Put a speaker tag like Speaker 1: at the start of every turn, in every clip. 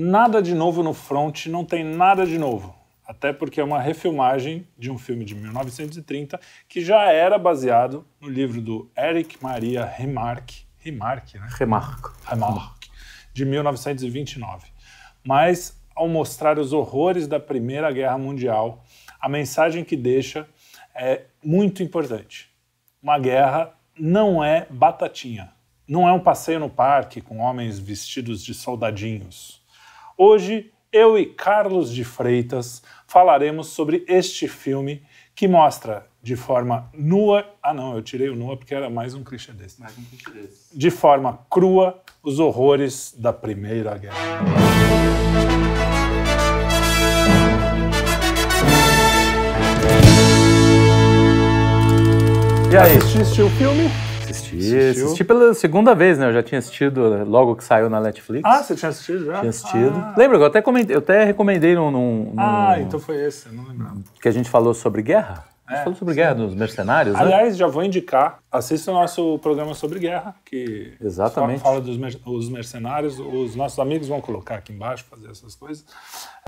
Speaker 1: Nada de novo no front, não tem nada de novo. Até porque é uma refilmagem de um filme de 1930 que já era baseado no livro do Eric Maria Remarque, Remarque, né?
Speaker 2: Remarco.
Speaker 1: Remarque, de 1929. Mas ao mostrar os horrores da Primeira Guerra Mundial, a mensagem que deixa é muito importante. Uma guerra não é batatinha. Não é um passeio no parque com homens vestidos de soldadinhos. Hoje, eu e Carlos de Freitas falaremos sobre este filme que mostra de forma nua. Ah, não, eu tirei o nua porque era mais um clichê desse.
Speaker 2: Mais um clichê desse.
Speaker 1: De forma crua, os horrores da Primeira Guerra.
Speaker 2: E aí?
Speaker 1: Assististe o filme?
Speaker 2: Assisti,
Speaker 1: Assistiu?
Speaker 2: assisti pela segunda vez, né? Eu já tinha assistido logo que saiu na Netflix.
Speaker 1: Ah, você tinha assistido já?
Speaker 2: tinha assistido.
Speaker 1: Ah,
Speaker 2: Lembra que eu até, comentei, eu até recomendei num, num, num-
Speaker 1: Ah, então foi esse, eu não lembrava.
Speaker 2: que a gente falou sobre guerra. A gente
Speaker 1: É,
Speaker 2: falou sobre guerra dos mercenários, né?
Speaker 1: Aliás, já vou indicar, assista o nosso programa sobre guerra, que
Speaker 2: Exatamente.
Speaker 1: fa- fala dos mer- os mercenários, os nossos amigos vão colocar aqui embaixo, fazer essas coisas.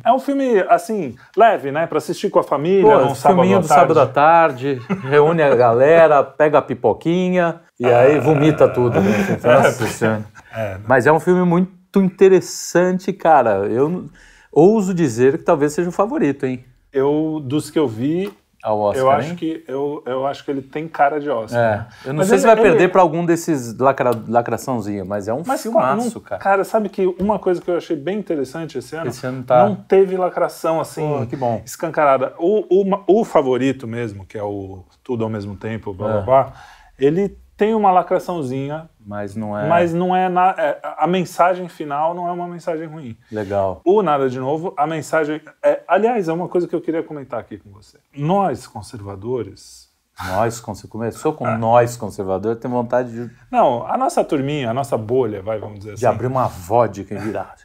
Speaker 1: É um filme, assim, leve, né? Pra assistir com a família,
Speaker 2: Pô,
Speaker 1: num um sábado
Speaker 2: filminho
Speaker 1: à
Speaker 2: do sábado à
Speaker 1: tarde.
Speaker 2: tarde, reúne a galera, pega a pipoquinha e aí vomita tudo. né? Nossa Senhora.
Speaker 1: Ah. É, né?
Speaker 2: Mas é um filme muito interessante, cara. Eu n- ouso dizer que talvez seja o favorito, hein?
Speaker 1: Eu, dos que eu vi,
Speaker 2: Ao Oscar,
Speaker 1: eu, acho
Speaker 2: hein?
Speaker 1: que, eu, eu acho que ele tem cara de Oscar.
Speaker 2: É. Eu não
Speaker 1: Mas
Speaker 2: sei se
Speaker 1: ele-
Speaker 2: vai perder
Speaker 1: ele-
Speaker 2: pra algum desses lacra... lacraçãozinho, mas é um
Speaker 1: Mas
Speaker 2: filmaço,
Speaker 1: não-
Speaker 2: cara.
Speaker 1: Cara, sabe que uma coisa que eu achei bem interessante esse ano?
Speaker 2: Esse ano tá-
Speaker 1: Não teve lacração assim.
Speaker 2: Pô, que bom.
Speaker 1: Escancarada. O, o, ma- o favorito mesmo, que é o Tudo ao mesmo tempo, blá blá
Speaker 2: É.
Speaker 1: blá, ele tem uma lacraçãozinha,
Speaker 2: Mas não é
Speaker 1: mas não é, na, é- A mensagem final não é uma mensagem ruim.
Speaker 2: legal.
Speaker 1: O Nada de Novo, a mensagem. é- aliás, é uma coisa que eu queria comentar aqui com você. Nós, conservadores.
Speaker 2: Nós, cons- começou
Speaker 1: Ah.
Speaker 2: com nós conservadores, tem vontade de, de
Speaker 1: Não, a nossa turminha, a nossa bolha, vai, vamos dizer assim.
Speaker 2: abrir uma vodka e virar.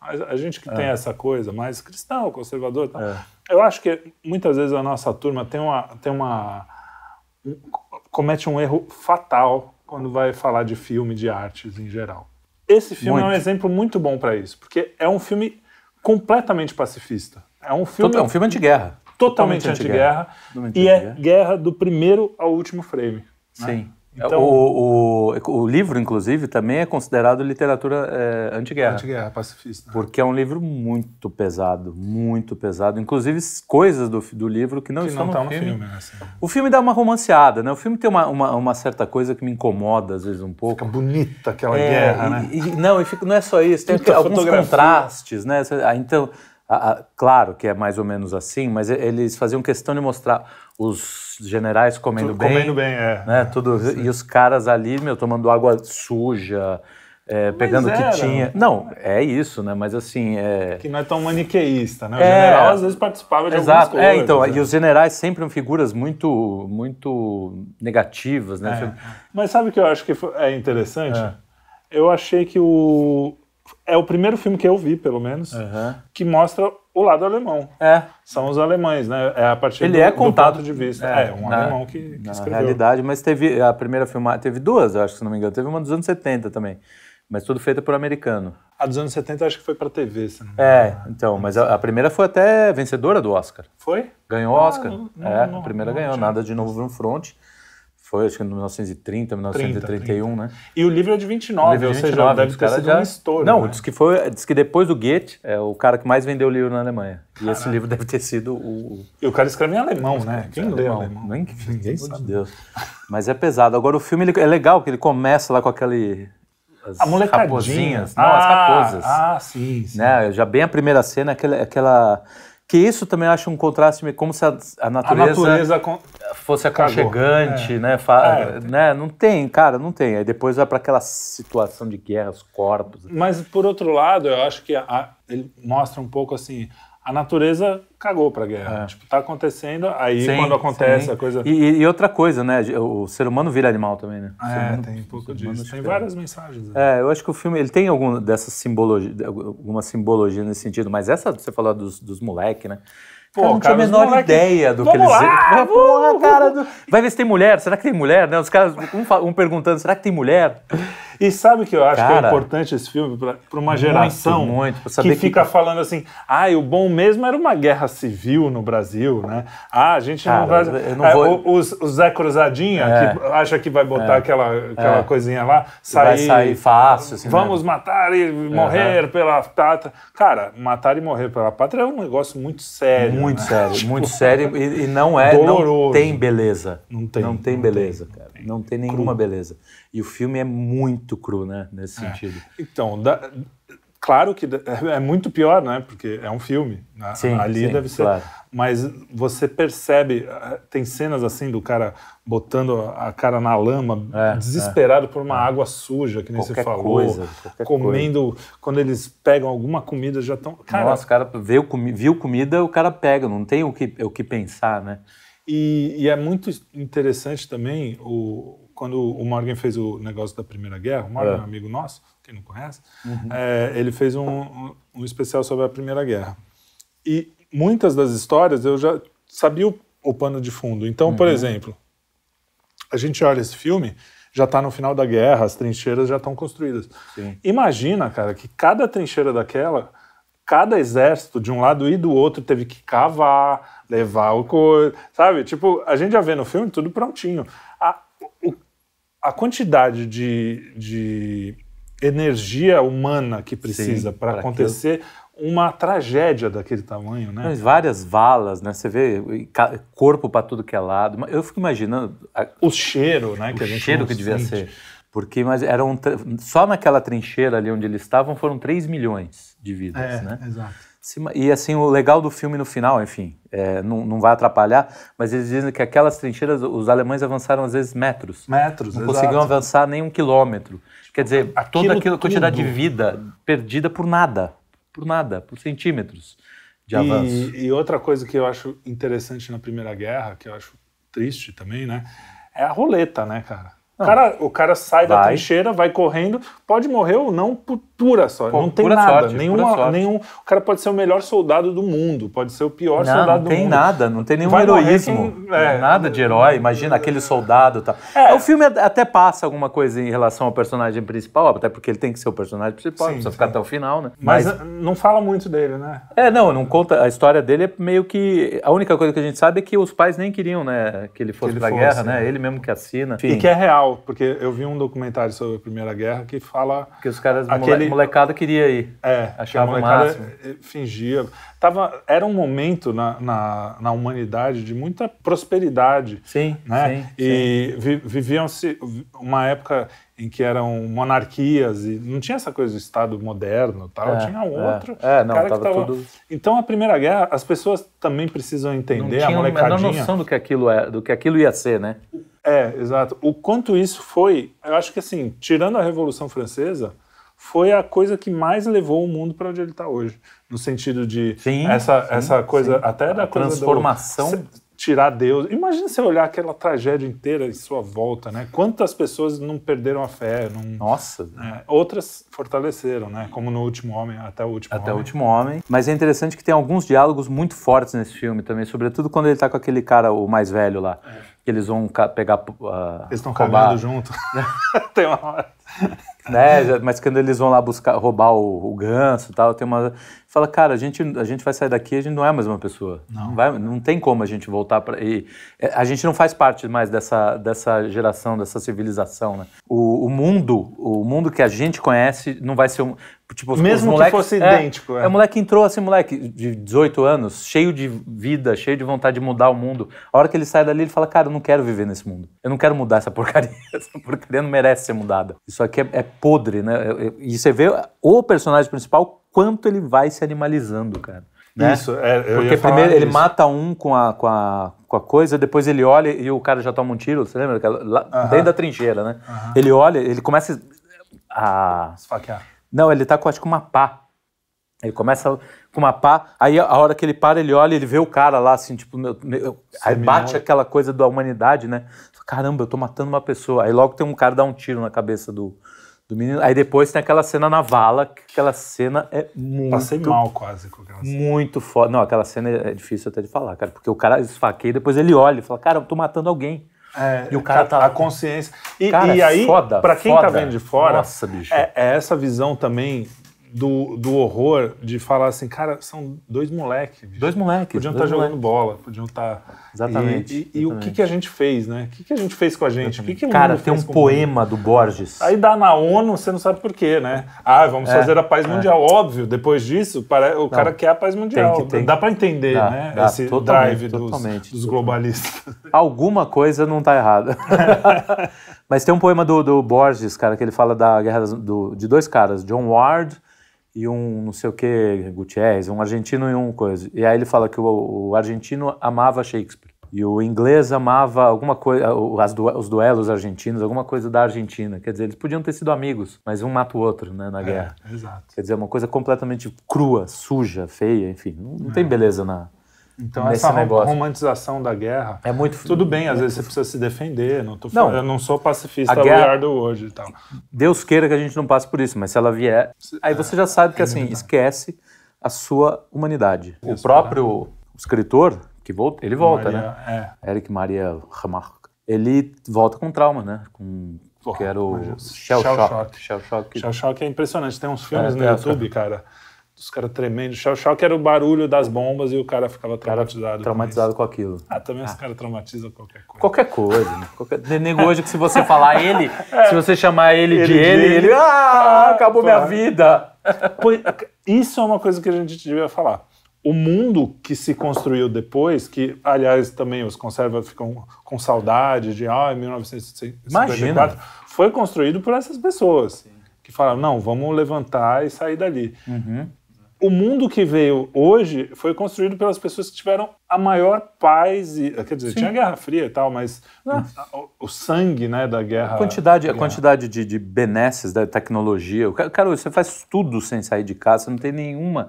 Speaker 1: Mas a gente que tem essa coisa mais cristão, conservador, e tal, eu acho que muitas vezes a nossa turma tem uma, tem uma um- comete um erro fatal quando vai falar de filme de artes em geral. Esse filme é um
Speaker 2: Muito.
Speaker 1: exemplo muito bom para isso, porque é um filme completamente pacifista. É um filme
Speaker 2: Tot- É um filme anti-guerra.
Speaker 1: totalmente, anti-guerra
Speaker 2: Totalmente
Speaker 1: e é
Speaker 2: anti-guerra.
Speaker 1: guerra do primeiro ao último frame.
Speaker 2: Sim.
Speaker 1: Então-
Speaker 2: o, o, o livro, inclusive, também é considerado literatura é, anti-guerra.
Speaker 1: Anti-guerra, pacifista.
Speaker 2: Porque é um livro muito pesado, muito pesado. Inclusive, s- coisas do, fi- do livro que não
Speaker 1: Que
Speaker 2: estão
Speaker 1: não
Speaker 2: no,
Speaker 1: tá
Speaker 2: filme.
Speaker 1: né, assim.
Speaker 2: O filme dá uma romanceada, né? O filme tem uma, uma, uma certa coisa que me incomoda, às vezes, um
Speaker 1: Fica
Speaker 2: pouco.
Speaker 1: bonita aquela
Speaker 2: É,
Speaker 1: guerra,
Speaker 2: e-
Speaker 1: né?
Speaker 2: e- não, e fica- não é só isso, tem
Speaker 1: Puta
Speaker 2: alguns
Speaker 1: fotografia.
Speaker 2: contrastes, né? Cê- ah, Então, a- a- claro que é mais ou menos assim, mas e- eles faziam questão de mostrar os generais comendo
Speaker 1: Tudo
Speaker 2: bem,
Speaker 1: Comendo bem, é.
Speaker 2: né? Tudo, e os caras ali, meu, tomando água suja, é, pegando o
Speaker 1: era.
Speaker 2: que tinha. Não, é isso, né? Mas assim, é,
Speaker 1: que não é tão maniqueísta, né? O
Speaker 2: É.
Speaker 1: general às vezes participava de
Speaker 2: Exato.
Speaker 1: algumas coisas.
Speaker 2: É, então,
Speaker 1: né?
Speaker 2: e os generais sempre eram figuras muito, muito negativas,
Speaker 1: É.
Speaker 2: né?
Speaker 1: Mas sabe o que eu acho que foi- é interessante?
Speaker 2: É.
Speaker 1: Eu achei que o... É o primeiro filme que eu vi, pelo menos,
Speaker 2: Aham.
Speaker 1: que mostra o lado alemão.
Speaker 2: É,
Speaker 1: São os alemães, né? É a partir
Speaker 2: Ele
Speaker 1: do,
Speaker 2: é
Speaker 1: do
Speaker 2: contado-
Speaker 1: ponto de vista.
Speaker 2: é,
Speaker 1: É, um
Speaker 2: na-
Speaker 1: alemão que, que
Speaker 2: na
Speaker 1: escreveu.
Speaker 2: realidade, mas teve a primeira filmagem, teve duas, eu acho, se não me engano, teve uma dos anos 70 também, mas tudo feita por americano.
Speaker 1: A dos anos 70 acho que foi pra TV, se não me engano.
Speaker 2: É, então, mas a, a primeira foi até vencedora do Oscar.
Speaker 1: Foi?
Speaker 2: Ganhou o Oscar.
Speaker 1: Ah, não- não-
Speaker 2: é,
Speaker 1: não-
Speaker 2: a primeira
Speaker 1: não
Speaker 2: ganhou,
Speaker 1: tinha.
Speaker 2: nada de novo no front. Foi, acho que em 1930, 1931, né?
Speaker 1: E o livro é de 29,
Speaker 2: Livro
Speaker 1: ou
Speaker 2: de
Speaker 1: seja,
Speaker 2: 29,
Speaker 1: deve
Speaker 2: os
Speaker 1: ter
Speaker 2: caras
Speaker 1: sido
Speaker 2: já-
Speaker 1: um estouro.
Speaker 2: Não,
Speaker 1: né?
Speaker 2: diz, que foi, diz que depois do Goethe, é o cara que mais vendeu livro na Alemanha. E esse livro deve ter sido o... o-
Speaker 1: E o cara escreve em alemão, né? Quem lê
Speaker 2: alemão.
Speaker 1: alemão?
Speaker 2: Nem,
Speaker 1: Ninguém
Speaker 2: pelo amor
Speaker 1: sabe.
Speaker 2: de Deus. Mas é pesado. Agora, o filme ele- é legal, que ele começa lá com aquele... as
Speaker 1: A molecadinha.
Speaker 2: raposinhas. Não,
Speaker 1: Ah,
Speaker 2: as raposas.
Speaker 1: Ah, sim, sim.
Speaker 2: Né? Já bem a primeira cena, aquela... aquela- que isso também eu acho um contraste, meio como se a, a
Speaker 1: A
Speaker 2: natureza,
Speaker 1: natureza... con-
Speaker 2: fosse aconchegante, né? Fa-
Speaker 1: É.
Speaker 2: né? Não tem, cara, não tem. Aí depois vai pra aquela situação de guerra, os corpos.
Speaker 1: Mas, por outro lado, eu acho que a- ele mostra um pouco assim: a natureza cagou pra guerra. Tipo, tá acontecendo, aí
Speaker 2: É. Sim,
Speaker 1: quando acontece
Speaker 2: sim.
Speaker 1: a coisa.
Speaker 2: E- E, e outra coisa, né? O ser humano vira animal também, né? O ser
Speaker 1: É,
Speaker 2: humano-
Speaker 1: tem um pouco
Speaker 2: o ser humano
Speaker 1: disso. Tem
Speaker 2: diferente.
Speaker 1: várias mensagens. né?
Speaker 2: É, eu acho que o filme ele tem algum dessas simbologia, alguma simbologia nesse sentido, mas essa que você falou dos, dos moleques, né? Pô, cara, não tinha a
Speaker 1: cara, os
Speaker 2: menor
Speaker 1: moleque-
Speaker 2: ideia do que
Speaker 1: Vamos
Speaker 2: eles...
Speaker 1: lá,
Speaker 2: Ah, Porra, cara do- Vai ver se tem mulher, será que tem mulher? Né? Os caras, um, fa- um perguntando, será que tem mulher?
Speaker 1: E sabe que eu acho que
Speaker 2: Cara,
Speaker 1: é importante esse filme para uma geração
Speaker 2: muito, pra saber
Speaker 1: que
Speaker 2: que-
Speaker 1: fica falando assim, ah, o bom mesmo era uma guerra civil no Brasil, né? Ah, a gente não
Speaker 2: Cara,
Speaker 1: vai...
Speaker 2: eu não
Speaker 1: É,
Speaker 2: vou-
Speaker 1: o, os- o Zé Cruzadinha,
Speaker 2: É.
Speaker 1: que acha que vai botar aquela, aquela
Speaker 2: É.
Speaker 1: coisinha lá, sair...
Speaker 2: Vai sair fácil. Assim, né?
Speaker 1: Tá Vamos matar e morrer pela pátria. Cara, matar e morrer pela pátria é um negócio muito sério.
Speaker 2: Muito
Speaker 1: né?
Speaker 2: sério, muito sério e, e não é,
Speaker 1: doloroso.
Speaker 2: não tem beleza.
Speaker 1: Não tem,
Speaker 2: Não tem
Speaker 1: não
Speaker 2: beleza, cara. não tem nenhuma beleza. E o filme é muito cru, né, nesse sentido.
Speaker 1: Então, da- claro que da- é muito pior, né? Porque é um filme. né?
Speaker 2: Sim,
Speaker 1: Ali
Speaker 2: sim,
Speaker 1: deve ser.
Speaker 2: claro.
Speaker 1: Mas você percebe, eh, tem cenas assim do cara botando a cara na lama,
Speaker 2: É,
Speaker 1: desesperado por uma água suja, que nem você
Speaker 2: Qualquer
Speaker 1: falou.
Speaker 2: coisa, qualquer
Speaker 1: comendo, quando eles pegam alguma comida, já estão. Cara,
Speaker 2: Nossa, o cara viu, comi- viu comida, o cara pega, não tem o que, o que pensar, né?
Speaker 1: E, e é muito interessante também o, quando o Morgan fez o negócio da Primeira Guerra, o Morgan é um amigo nosso, quem não conhece, é, ele fez um, um, um especial sobre a Primeira Guerra. E muitas das histórias eu já sabia o, o pano de fundo. Então, por
Speaker 2: Uhum.
Speaker 1: exemplo, a gente olha esse filme, já está no final da guerra, as trincheiras já estão construídas.
Speaker 2: Sim.
Speaker 1: Imagina, cara, que cada trincheira daquela, cada exército de um lado e do outro teve que cavar, levar o coisa, sabe? Tipo, a gente já vê no filme tudo prontinho. A, o- a quantidade de, de energia humana que precisa
Speaker 2: Sim,
Speaker 1: para
Speaker 2: pra
Speaker 1: acontecer uma tragédia daquele tamanho, né?
Speaker 2: Mas várias valas, né? Você vê e ca- corpo pra tudo que é lado. Mas Eu fico imaginando a-
Speaker 1: O cheiro, né?
Speaker 2: o cheiro
Speaker 1: não
Speaker 2: que devia
Speaker 1: sente.
Speaker 2: ser. Porque mas eram tre- só naquela trincheira ali onde eles estavam foram 3 milhões de vidas,
Speaker 1: É,
Speaker 2: né?
Speaker 1: exato.
Speaker 2: Se ma- E assim, o legal do filme no final, enfim, é, não, não vai atrapalhar, mas eles dizem que aquelas trincheiras, os alemães avançaram às vezes metros.
Speaker 1: Metros,
Speaker 2: Não
Speaker 1: exato.
Speaker 2: conseguiam avançar nem um quilômetro. Quer dizer,
Speaker 1: aquilo
Speaker 2: toda aquela quantidade
Speaker 1: tudo.
Speaker 2: de vida perdida por nada. Por nada, por centímetros de avanço.
Speaker 1: E, e outra coisa que eu acho interessante na Primeira Guerra, que eu acho triste também, né? É a roleta, né, cara? O cara, o cara sai da
Speaker 2: Vai.
Speaker 1: trincheira, vai correndo, pode morrer ou não por pura sorte.
Speaker 2: Pô,
Speaker 1: não tem
Speaker 2: pura
Speaker 1: nada.
Speaker 2: sorte,
Speaker 1: nenhuma,
Speaker 2: pura sorte.
Speaker 1: nenhum, o cara pode ser o melhor soldado do mundo, pode ser o pior
Speaker 2: Não,
Speaker 1: soldado
Speaker 2: não
Speaker 1: do
Speaker 2: tem
Speaker 1: mundo.
Speaker 2: nada, não tem nenhum
Speaker 1: Vai morrer
Speaker 2: heroísmo.
Speaker 1: quem- é.
Speaker 2: nada de herói, imagina aquele soldado e tal. O filme até passa alguma coisa em relação ao personagem principal, até porque ele tem que ser o personagem principal,
Speaker 1: Sim,
Speaker 2: precisa
Speaker 1: sim.
Speaker 2: ficar até o final, né?
Speaker 1: Mas, não fala muito dele, né?
Speaker 2: É, não, não conta. A história dele é meio que. A única coisa que a gente sabe é que os pais nem queriam, né? Que ele fosse
Speaker 1: ele
Speaker 2: pra
Speaker 1: fosse, é.
Speaker 2: guerra, né? Ele mesmo que assina.
Speaker 1: E que é real, porque eu vi um documentário sobre a Primeira Guerra que fala
Speaker 2: Porque os caras, mole-
Speaker 1: Aquele-
Speaker 2: molecada queria ir.
Speaker 1: É,
Speaker 2: Achava
Speaker 1: que a
Speaker 2: o
Speaker 1: molecada,
Speaker 2: máximo.
Speaker 1: eh, fingia. Tava, era um momento na, na, na humanidade de muita prosperidade.
Speaker 2: Sim,
Speaker 1: Né?
Speaker 2: sim,
Speaker 1: e vi- viviam-se uma época em que eram monarquias e não tinha essa coisa do Estado moderno e tal,
Speaker 2: É,
Speaker 1: tinha
Speaker 2: é,
Speaker 1: outro.
Speaker 2: é, não,
Speaker 1: cara que
Speaker 2: tava tudo-
Speaker 1: Então a Primeira Guerra, as pessoas também precisam
Speaker 2: Não
Speaker 1: entender, a
Speaker 2: tinha a menor
Speaker 1: molecadinha.
Speaker 2: noção do que, aquilo é, do que aquilo ia ser, né?
Speaker 1: É, exato. O quanto isso foi, eu acho que assim, tirando a Revolução Francesa, foi a coisa que mais levou o mundo para onde ele está hoje, no sentido de
Speaker 2: Sim,
Speaker 1: essa
Speaker 2: sim,
Speaker 1: essa coisa
Speaker 2: sim.
Speaker 1: até da
Speaker 2: A
Speaker 1: coisa do-
Speaker 2: transformação.
Speaker 1: se- tirar Deus. Imagina você olhar aquela tragédia inteira em sua volta, né? Quantas pessoas não perderam a fé, não
Speaker 2: Nossa.
Speaker 1: é, outras fortaleceram, né? Como no último homem, até o último
Speaker 2: Até o
Speaker 1: homem.
Speaker 2: último homem. Mas é interessante que tem alguns diálogos muito fortes nesse filme também, sobretudo quando ele tá com aquele cara, o mais velho lá. Que eles vão ca- pegar. ah,
Speaker 1: É. Eles estão
Speaker 2: roubar-
Speaker 1: caminhando junto. Tem uma hora.
Speaker 2: né? já- Mas quando eles vão lá buscar, roubar o, o ganso e tal, tem uma. Fala, cara, a gente, a gente vai sair daqui, a gente não é mais uma pessoa. Não, vai, não tem como a gente voltar para. A gente não faz parte mais dessa, dessa geração, dessa civilização, né? O, o mundo, o mundo que a gente conhece, não vai ser um. Tipo, os-
Speaker 1: Mesmo
Speaker 2: os
Speaker 1: que
Speaker 2: moleques-
Speaker 1: fosse
Speaker 2: é,
Speaker 1: idêntico, é.
Speaker 2: É, o moleque entrou assim, moleque de 18 anos, cheio de vida, cheio de vontade de mudar o mundo. A hora que ele sai dali, ele fala, cara, eu não quero viver nesse mundo. Eu não quero mudar essa porcaria. Essa porcaria não merece ser mudada. Isso aqui é, é podre, né? É- é- E você vê o personagem principal, quanto ele vai se animalizando, cara. né?
Speaker 1: Isso, é, eu
Speaker 2: Porque
Speaker 1: ia falar
Speaker 2: primeiro ele
Speaker 1: disso.
Speaker 2: mata um com a, com, a, com a coisa, depois ele olha e o cara já toma um tiro, você lembra? Aquela- Lá, Dentro da trincheira, né? Ele olha, ele começa a...
Speaker 1: Esfaquear.
Speaker 2: Não, ele tá com, acho que uma pá. Ele começa com uma pá, aí a hora que ele para, ele olha, ele vê o cara lá, assim, tipo, meu, meu- aí
Speaker 1: Seminal.
Speaker 2: bate aquela coisa da humanidade, né? Caramba, eu tô matando uma pessoa. Aí logo tem um cara que dá um tiro na cabeça do, do menino. Aí depois tem aquela cena na vala, que aquela cena é muito.
Speaker 1: Passei mal quase com aquela cena.
Speaker 2: Muito foda. Não, aquela cena é difícil até de falar, cara, porque o cara esfaqueia, depois ele olha e fala: Cara, eu tô matando alguém.
Speaker 1: É,
Speaker 2: E o cara tá lá.
Speaker 1: A consciência. E,
Speaker 2: Cara,
Speaker 1: e aí,
Speaker 2: foda,
Speaker 1: pra quem
Speaker 2: foda.
Speaker 1: tá vendo de fora,
Speaker 2: Nossa, bicho.
Speaker 1: É, é essa visão também do, do horror de falar assim, cara, são dois moleques.
Speaker 2: Dois moleques.
Speaker 1: Podiam estar
Speaker 2: dois
Speaker 1: jogando
Speaker 2: moleques.
Speaker 1: bola, podiam estar.
Speaker 2: Exatamente,
Speaker 1: E, e- e o que,
Speaker 2: exatamente.
Speaker 1: que a gente fez, né? O que, que a gente fez com a gente? O que que o
Speaker 2: Cara,
Speaker 1: mundo
Speaker 2: tem um
Speaker 1: fez com o mundo?
Speaker 2: poema do Borges.
Speaker 1: Aí dá na ONU, você não sabe por quê, né? Ah, vamos
Speaker 2: É,
Speaker 1: fazer a paz mundial. Óbvio, depois disso, para, o cara quer a paz mundial.
Speaker 2: que- tem
Speaker 1: dá pra entender,
Speaker 2: Dá,
Speaker 1: né?
Speaker 2: dá,
Speaker 1: Esse
Speaker 2: totalmente,
Speaker 1: drive dos,
Speaker 2: totalmente,
Speaker 1: dos globalistas.
Speaker 2: Alguma coisa não tá errada. Mas tem um poema do, do Borges, cara, que ele fala da guerra das- do- de dois caras, John Ward e um não sei o que, Gutierrez, um argentino e um coisa. E aí ele fala que o, o argentino amava Shakespeare. E o inglês amava alguma coisa, o- as du- os duelos argentinos, alguma coisa da Argentina. Quer dizer, eles podiam ter sido amigos, mas um mata o outro, né, na guerra.
Speaker 1: É, exato.
Speaker 2: Quer dizer, uma coisa completamente crua, suja, feia, enfim. Não, não tem beleza na.
Speaker 1: Então,
Speaker 2: Nesse
Speaker 1: essa rom-
Speaker 2: negócio.
Speaker 1: romantização da guerra.
Speaker 2: É muito.
Speaker 1: Tudo bem, às vezes você precisa se defender. Não tô
Speaker 2: Não.
Speaker 1: falando, eu não sou pacifista
Speaker 2: A guerra-
Speaker 1: we are the world e tal.
Speaker 2: Deus queira que a gente não passe por isso, mas se ela vier. Aí você já sabe que,
Speaker 1: é,
Speaker 2: assim, esquece a sua humanidade. O próprio escritor, que volta, ele volta,
Speaker 1: é Maria-
Speaker 2: né?
Speaker 1: É.
Speaker 2: Eric Maria Remarque. Ele volta com trauma, né? Com.
Speaker 1: Porra,
Speaker 2: que era o
Speaker 1: imagina.
Speaker 2: Shell
Speaker 1: Shell
Speaker 2: Shock.
Speaker 1: Shock.
Speaker 2: Shell Shock.
Speaker 1: Shell Shock é impressionante. Tem uns filmes
Speaker 2: É,
Speaker 1: no
Speaker 2: é,
Speaker 1: YouTube, cara, dos caras tremendos. Shell Shock era o barulho das bombas e o cara ficava traumatizado.
Speaker 2: Traumatizado
Speaker 1: Com isso.
Speaker 2: com aquilo.
Speaker 1: Ah, também os caras traumatizam qualquer coisa.
Speaker 2: Qualquer coisa. Né? Qualquer... Tem nego hoje que se você falar ele, se você chamar ele, de
Speaker 1: de
Speaker 2: ele,
Speaker 1: É. ele.
Speaker 2: ele. Ah, acabou minha
Speaker 1: claro.
Speaker 2: vida!
Speaker 1: Pois, Isso é uma coisa que a gente devia falar. O mundo que se construiu depois, que, aliás, também os conservas ficam com saudade de ah, 1954,
Speaker 2: Imagina.
Speaker 1: foi construído por essas pessoas que falaram, não, vamos levantar e sair dali.
Speaker 2: Uhum.
Speaker 1: O mundo que veio hoje foi construído pelas pessoas que tiveram a maior paz e, quer dizer, tinha Guerra Fria e tal, mas o, o sangue, né, da guerra.
Speaker 2: Ah. A quantidade, a
Speaker 1: guerra.
Speaker 2: quantidade de, de benesses da tecnologia. O ca- Cara, você faz tudo sem sair de casa, você não tem nenhuma.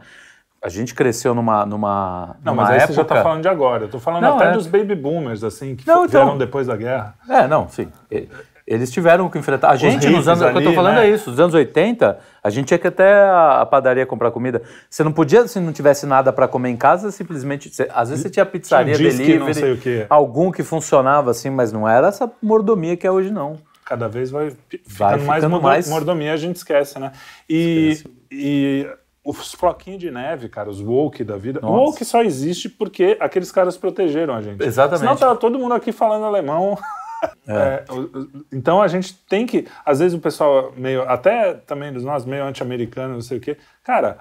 Speaker 2: A gente cresceu numa. numa
Speaker 1: Não,
Speaker 2: numa
Speaker 1: mas aí
Speaker 2: época...
Speaker 1: você já tá falando de agora. Eu tô falando
Speaker 2: Não,
Speaker 1: até
Speaker 2: é.
Speaker 1: dos baby boomers, assim, que
Speaker 2: Não,
Speaker 1: não,
Speaker 2: então-
Speaker 1: depois da guerra.
Speaker 2: É, não, sim. E- Eles tiveram que enfrentar. A gente, nos
Speaker 1: hippies
Speaker 2: anos. o que eu tô
Speaker 1: ali,
Speaker 2: falando
Speaker 1: né?
Speaker 2: é isso. Nos anos 80, a gente tinha que ir até a a padaria comprar comida. Você não podia, se não tivesse nada para comer em casa, simplesmente. você- às vezes você tinha pizzaria,
Speaker 1: Tinha um disque,
Speaker 2: delivery.
Speaker 1: não sei o quê.
Speaker 2: Algum que funcionava assim, mas não era essa mordomia que é hoje, não.
Speaker 1: Cada vez vai pi-
Speaker 2: Vai
Speaker 1: ficando, mais,
Speaker 2: ficando
Speaker 1: mordo-
Speaker 2: mais-
Speaker 1: mordomia, a gente esquece, né? E, e os floquinhos de neve, cara, os woke da vida.
Speaker 2: Nossa.
Speaker 1: O woke só existe porque aqueles caras protegeram a gente.
Speaker 2: Exatamente.
Speaker 1: Senão tava todo mundo aqui falando alemão. É, o- o- então a gente tem que. Às vezes o pessoal meio. Até também dos nós, meio anti-americano, não sei o quê. Cara,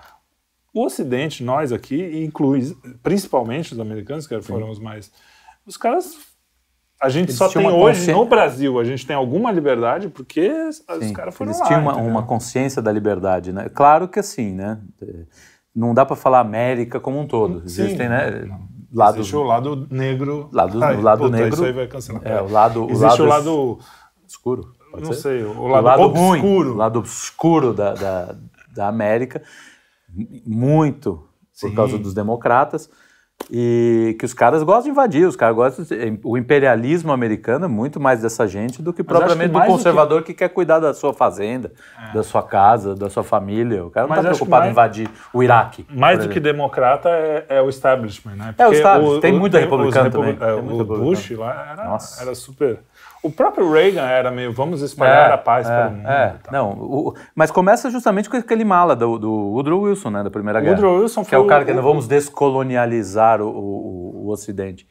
Speaker 1: o Ocidente, nós aqui, e inclui principalmente os americanos, que foram os mais. Os caras. A gente só
Speaker 2: Existia
Speaker 1: tem
Speaker 2: uma
Speaker 1: hoje
Speaker 2: consci-
Speaker 1: no Brasil, a gente tem alguma liberdade porque as- os
Speaker 2: Sim,
Speaker 1: caras foram
Speaker 2: eles
Speaker 1: lá.
Speaker 2: tinham uma,
Speaker 1: entendeu?
Speaker 2: uma consciência da liberdade, né? Claro que assim, né? Não dá para falar América como um todo.
Speaker 1: Sim.
Speaker 2: Existem, né? Lados,
Speaker 1: Existe o lado negro.
Speaker 2: Lado-
Speaker 1: Ai,
Speaker 2: o lado
Speaker 1: puta,
Speaker 2: negro-
Speaker 1: Isso aí vai cancelar.
Speaker 2: é, o lado- o
Speaker 1: Existe o
Speaker 2: lado-
Speaker 1: lado.
Speaker 2: escuro. pode
Speaker 1: não
Speaker 2: ser?
Speaker 1: sei, o lado,
Speaker 2: ruim,
Speaker 1: obscuro.
Speaker 2: o lado obscuro da, da, da América, m- muito por
Speaker 1: Sim.
Speaker 2: causa dos democratas, e que os caras gostam de invadir, os caras gostam de- o imperialismo americano é muito mais dessa gente do que
Speaker 1: acho que
Speaker 2: propriamente do
Speaker 1: mais do
Speaker 2: conservador que... quer cuidar da sua fazenda, da sua casa, da sua família. O cara não
Speaker 1: Mas
Speaker 2: está
Speaker 1: acho que
Speaker 2: preocupado em
Speaker 1: mais-
Speaker 2: invadir o Iraque.
Speaker 1: Mais
Speaker 2: por
Speaker 1: do que
Speaker 2: exemplo.
Speaker 1: democrata é, é o establishment, né?
Speaker 2: É, o establishment. Tem muito
Speaker 1: os
Speaker 2: republicano
Speaker 1: republi-
Speaker 2: também.
Speaker 1: é,
Speaker 2: Tem muito
Speaker 1: o
Speaker 2: republicano.
Speaker 1: Bush lá era,
Speaker 2: Nossa.
Speaker 1: era super... O próprio Reagan era meio, vamos espalhar a paz
Speaker 2: é,
Speaker 1: pelo mundo.
Speaker 2: é.
Speaker 1: e tal.
Speaker 2: Não, o- mas começa justamente com aquele mala do, do Woodrow Wilson, né, da Primeira Guerra.
Speaker 1: Woodrow Wilson
Speaker 2: Que é o
Speaker 1: foi
Speaker 2: cara
Speaker 1: o-
Speaker 2: que
Speaker 1: o-
Speaker 2: nós vamos descolonializar o, o, o Ocidente.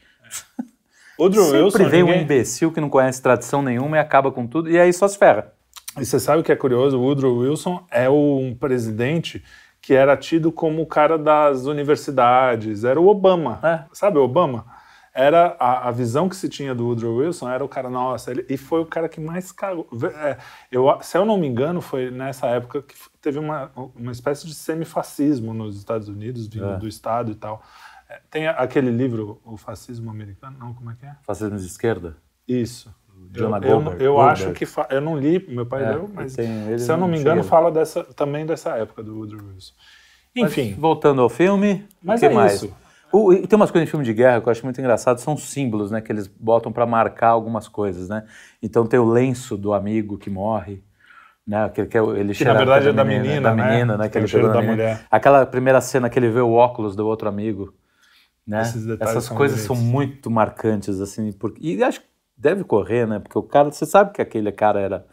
Speaker 1: O Drew
Speaker 2: Sempre
Speaker 1: Wilson,
Speaker 2: vem um
Speaker 1: ninguém-
Speaker 2: imbecil que não conhece tradição nenhuma e acaba com tudo, e aí só se ferra.
Speaker 1: E você sabe o que é curioso? O Woodrow Wilson é o- um presidente que era tido como o cara das universidades, era o Obama.
Speaker 2: É.
Speaker 1: Sabe o Obama? Era a, a visão que se tinha do Woodrow Wilson era o cara, nossa, ele, e foi o cara que mais cagou. Vê, é, eu, a- se eu não me engano, foi nessa época que f- teve uma, uma espécie de semifascismo nos Estados Unidos, vindo do Estado e tal. É, Tem a- aquele livro, O Fascismo Americano, não, como é que é?
Speaker 2: Fascismo de esquerda.
Speaker 1: Isso. Eu,
Speaker 2: Jonah
Speaker 1: eu,
Speaker 2: Goldberg.
Speaker 1: eu
Speaker 2: Goldberg.
Speaker 1: acho que. fa- Eu não li, meu pai
Speaker 2: É,
Speaker 1: leu, mas
Speaker 2: eu tenho- ele
Speaker 1: se eu não
Speaker 2: não
Speaker 1: me engano,
Speaker 2: cheguei.
Speaker 1: fala dessa, também dessa época do Woodrow Wilson. Enfim,
Speaker 2: Mas, voltando ao filme,
Speaker 1: Mas
Speaker 2: o que
Speaker 1: é
Speaker 2: mais?
Speaker 1: isso.
Speaker 2: O- e tem umas coisas em filme de guerra que eu acho muito engraçado, são símbolos, né, que eles botam pra marcar algumas coisas, né? Então tem o lenço do amigo que morre, né? Aquele que ele
Speaker 1: Que na verdade é da menina,
Speaker 2: da
Speaker 1: né?
Speaker 2: menina, né? Que
Speaker 1: Tem o
Speaker 2: ele
Speaker 1: cheiro
Speaker 2: pegou
Speaker 1: da
Speaker 2: na menina.
Speaker 1: mulher.
Speaker 2: Aquela primeira cena que ele vê o óculos do outro amigo, né?
Speaker 1: Esses detalhes
Speaker 2: Essas
Speaker 1: são
Speaker 2: coisas são
Speaker 1: bonitos.
Speaker 2: muito marcantes assim, porque e acho que deve correr, né? Porque o cara, você sabe que aquele cara era,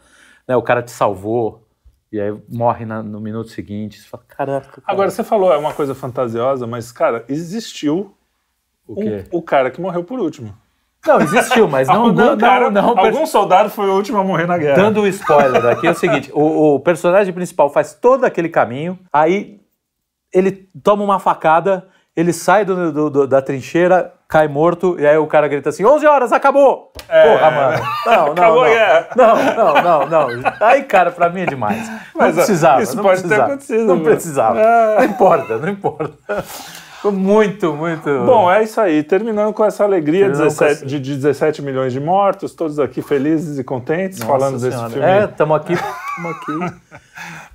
Speaker 2: né? O cara te salvou e aí morre na- no minuto seguinte. Você fala, caraca. cara,
Speaker 1: Agora, você falou, é uma coisa fantasiosa, mas, cara, existiu
Speaker 2: o
Speaker 1: um-
Speaker 2: quê?
Speaker 1: o cara que morreu por último.
Speaker 2: Não, existiu, mas não,
Speaker 1: Algum
Speaker 2: não, não,
Speaker 1: cara-
Speaker 2: não,
Speaker 1: algum soldado foi o último a morrer na guerra.
Speaker 2: Dando o spoiler aqui, é o seguinte: o, o personagem principal faz todo aquele caminho, aí ele toma uma facada, ele sai do- do- do- da trincheira, cai morto, e aí o cara grita assim: 11 horas, acabou! Porra, mano. Não, não.
Speaker 1: É. Acabou a
Speaker 2: não.
Speaker 1: guerra.
Speaker 2: Não, não, não, não. Aí, cara, pra mim é demais.
Speaker 1: Mas, ó,
Speaker 2: não precisava.
Speaker 1: isso
Speaker 2: não
Speaker 1: pode ter
Speaker 2: precisava.
Speaker 1: acontecido,
Speaker 2: Não
Speaker 1: mano.
Speaker 2: precisava.
Speaker 1: É.
Speaker 2: Não importa, não importa. Ficou muito, muito.
Speaker 1: Bom, é isso aí. Terminando com essa alegria
Speaker 2: Terminando com
Speaker 1: 17
Speaker 2: essa-
Speaker 1: de 17 milhões de mortos, todos aqui felizes e contentes
Speaker 2: Nossa
Speaker 1: falando desse
Speaker 2: Senhora.
Speaker 1: filme.
Speaker 2: É, estamos aqui, tamo aqui.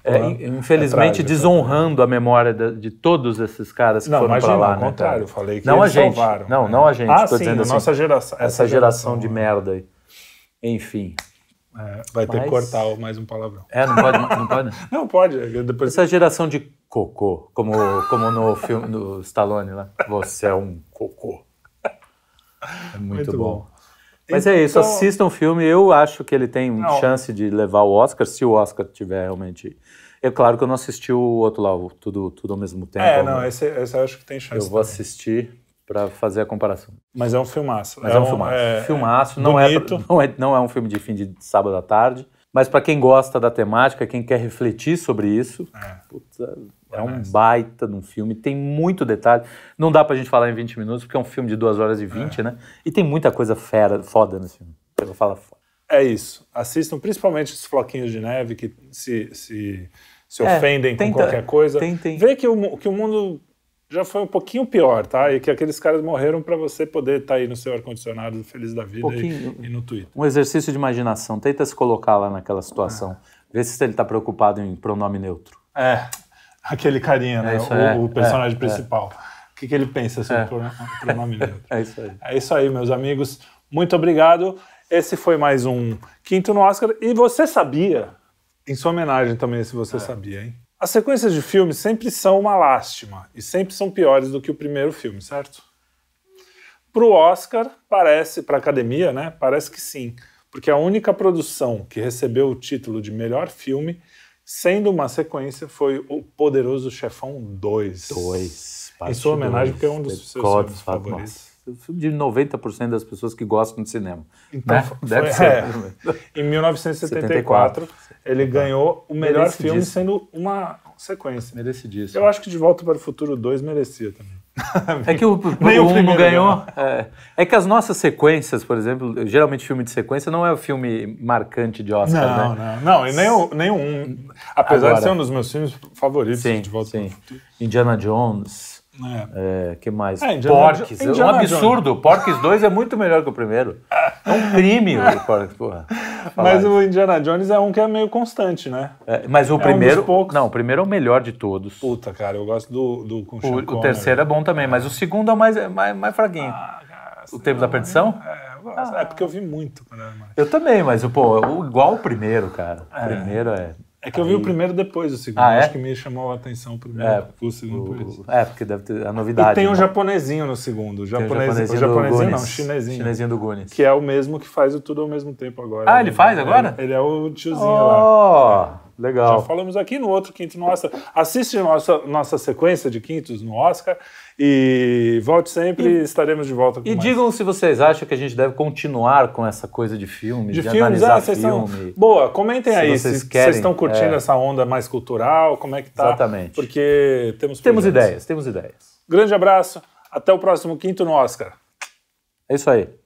Speaker 2: É, in-
Speaker 1: é
Speaker 2: infelizmente
Speaker 1: trágico.
Speaker 2: desonrando a memória de, de todos esses caras que
Speaker 1: Não,
Speaker 2: foram
Speaker 1: imagina,
Speaker 2: pra lá,
Speaker 1: ao
Speaker 2: né,
Speaker 1: contrário.
Speaker 2: cara?
Speaker 1: Eu falei que
Speaker 2: não
Speaker 1: eles
Speaker 2: a gente,
Speaker 1: salvaram.
Speaker 2: Não, não a gente.
Speaker 1: Ah,
Speaker 2: tô
Speaker 1: sim,
Speaker 2: dizendo assim,
Speaker 1: nossa geração.
Speaker 2: essa geração de merda aí. Enfim.
Speaker 1: É, vai ter que
Speaker 2: Mas-
Speaker 1: cortar o- mais um palavrão.
Speaker 2: É, não pode, não pode.
Speaker 1: Não pode, depois
Speaker 2: Essa geração de cocô, como, como no filme do Stallone lá. Você é um cocô. É muito,
Speaker 1: Muito
Speaker 2: bom.
Speaker 1: bom.
Speaker 2: Mas é isso,
Speaker 1: Então-
Speaker 2: assistam o filme. Eu acho que ele tem
Speaker 1: Não.
Speaker 2: chance de levar o Oscar, se o Oscar tiver realmente. É claro que eu não assisti o outro lá, o tudo, tudo ao mesmo tempo.
Speaker 1: É,
Speaker 2: né?
Speaker 1: não, é esse, esse eu acho que tem
Speaker 2: Eu
Speaker 1: chance.
Speaker 2: vou assistir para fazer a comparação.
Speaker 1: Mas é um filmaço.
Speaker 2: Mas é, um filmaço.
Speaker 1: é-
Speaker 2: filmaço, não é,
Speaker 1: bonito.
Speaker 2: não, é, não é um filme de fim de sábado à tarde. Mas para quem gosta da temática, quem quer refletir sobre isso,
Speaker 1: É.
Speaker 2: puta, é um baita de um filme. Tem muito detalhe. Não dá pra gente falar em 20 minutos, porque é um filme de 2 horas e 20,
Speaker 1: É.
Speaker 2: né? E tem muita coisa fera, foda nesse filme. Eu vou falar foda.
Speaker 1: É isso. Assistam principalmente os floquinhos de neve que se, se, se
Speaker 2: É,
Speaker 1: ofendem
Speaker 2: tenta-
Speaker 1: com qualquer coisa.
Speaker 2: tentem.
Speaker 1: Vê que o, mu- que o mundo já foi um pouquinho pior, tá? E que aqueles caras morreram para você poder estar aí no seu ar-condicionado feliz da vida
Speaker 2: Pouquinho.
Speaker 1: e, e no Twitter.
Speaker 2: Um exercício de imaginação. Tenta se colocar lá naquela situação. Vê se ele está preocupado em pronome neutro.
Speaker 1: É, aquele carinha, né?
Speaker 2: É isso,
Speaker 1: o,
Speaker 2: é,
Speaker 1: o personagem
Speaker 2: é,
Speaker 1: principal. O que, que ele pensa assim, sobre o prono- o pronome neutro?
Speaker 2: É isso aí.
Speaker 1: É isso aí, meus amigos. Muito obrigado. Esse foi mais um Quinto no Oscar. E você sabia? Em sua homenagem também, se você sabia, hein? As sequências de filmes sempre são uma lástima e sempre são piores do que o primeiro filme, certo? Pro Oscar, parece, pra academia, né? Parece que sim. Porque a única produção que recebeu o título de melhor filme, sendo uma sequência, foi O Poderoso Chefão 2.
Speaker 2: Dois.
Speaker 1: Em
Speaker 2: parte
Speaker 1: sua homenagem,
Speaker 2: dois.
Speaker 1: porque é um dos seus
Speaker 2: Código,
Speaker 1: filmes
Speaker 2: fala,
Speaker 1: favoritos.
Speaker 2: nossa, o filme de 90% das pessoas que gostam de cinema.
Speaker 1: Então,
Speaker 2: né?
Speaker 1: foi-
Speaker 2: Deve
Speaker 1: foi-
Speaker 2: ser.
Speaker 1: é. Em 1974, ele ganhou o melhor
Speaker 2: Merece
Speaker 1: filme
Speaker 2: disso.
Speaker 1: sendo uma sequência.
Speaker 2: Merecidíssimo.
Speaker 1: Eu acho que De Volta para o Futuro 2 merecia também.
Speaker 2: É que o,
Speaker 1: Nem o
Speaker 2: o
Speaker 1: primeiro
Speaker 2: um
Speaker 1: né?
Speaker 2: não ganhou. É, É que as nossas sequências, por exemplo, geralmente filme de sequência não é o filme marcante de Oscar, né?
Speaker 1: não. Não, e nem o- nem um. Apesar de
Speaker 2: Agora.
Speaker 1: ser um dos meus filmes favoritos,
Speaker 2: Sim,
Speaker 1: De Volta
Speaker 2: sim.
Speaker 1: para o Futuro.
Speaker 2: Indiana Jones.
Speaker 1: É.
Speaker 2: É, que mais?
Speaker 1: É, Indiana
Speaker 2: Porques.
Speaker 1: Jo-
Speaker 2: É um
Speaker 1: Indiana
Speaker 2: absurdo. Porques 2 é muito melhor que o primeiro. É um crime o Porques, porra. Falar
Speaker 1: Mas
Speaker 2: isso.
Speaker 1: o Indiana Jones é um que é meio constante, né?
Speaker 2: É, mas o
Speaker 1: dos
Speaker 2: primeiro.
Speaker 1: poucos.
Speaker 2: Não, o primeiro é o melhor de todos. O,
Speaker 1: Puta, cara, eu gosto do, do com Sean
Speaker 2: o
Speaker 1: Connery.
Speaker 2: terceiro é bom também, mas o segundo é o mais, é mais, mais fraguinho.
Speaker 1: Ah, cara,
Speaker 2: o Tempo da Perdição?
Speaker 1: É, eu gosto. É porque eu vi muito quando era mais.
Speaker 2: Eu também, mas pô, o- igual o primeiro, cara. O primeiro é.
Speaker 1: É que eu vi o primeiro depois do segundo.
Speaker 2: Ah, é?
Speaker 1: Acho que me chamou a atenção o primeiro.
Speaker 2: É,
Speaker 1: o segundo por isso.
Speaker 2: o- é, porque deve ter a novidade.
Speaker 1: E tem um
Speaker 2: né?
Speaker 1: japonesinho no segundo. O
Speaker 2: Tem o
Speaker 1: japonesinho, o
Speaker 2: do
Speaker 1: japonesinho não,
Speaker 2: Goonies.
Speaker 1: o chinesinho.
Speaker 2: Chinesinho do Goonies.
Speaker 1: Que é o mesmo que faz o tudo ao mesmo tempo agora. né?
Speaker 2: Ah, ele faz agora?
Speaker 1: Ele, ele é o tiozinho lá.
Speaker 2: Oh,
Speaker 1: Já
Speaker 2: legal.
Speaker 1: falamos aqui no outro Quinto no Oscar. Assiste nossa, nossa sequência de quintos no Oscar e volte sempre, estaremos de volta com
Speaker 2: E
Speaker 1: mais.
Speaker 2: digam se vocês acham que a gente deve continuar com essa coisa de filme, de,
Speaker 1: de filmes, ah,
Speaker 2: analisar
Speaker 1: vocês são...
Speaker 2: filme.
Speaker 1: Boa, comentem
Speaker 2: Se
Speaker 1: aí
Speaker 2: vocês
Speaker 1: se
Speaker 2: querem,
Speaker 1: vocês estão curtindo
Speaker 2: é.
Speaker 1: essa onda mais cultural, como é que tá.
Speaker 2: Exatamente.
Speaker 1: Porque temos
Speaker 2: Temos
Speaker 1: projetos.
Speaker 2: ideias, temos ideias.
Speaker 1: Grande abraço, até o próximo Quinto no Oscar.
Speaker 2: É isso aí.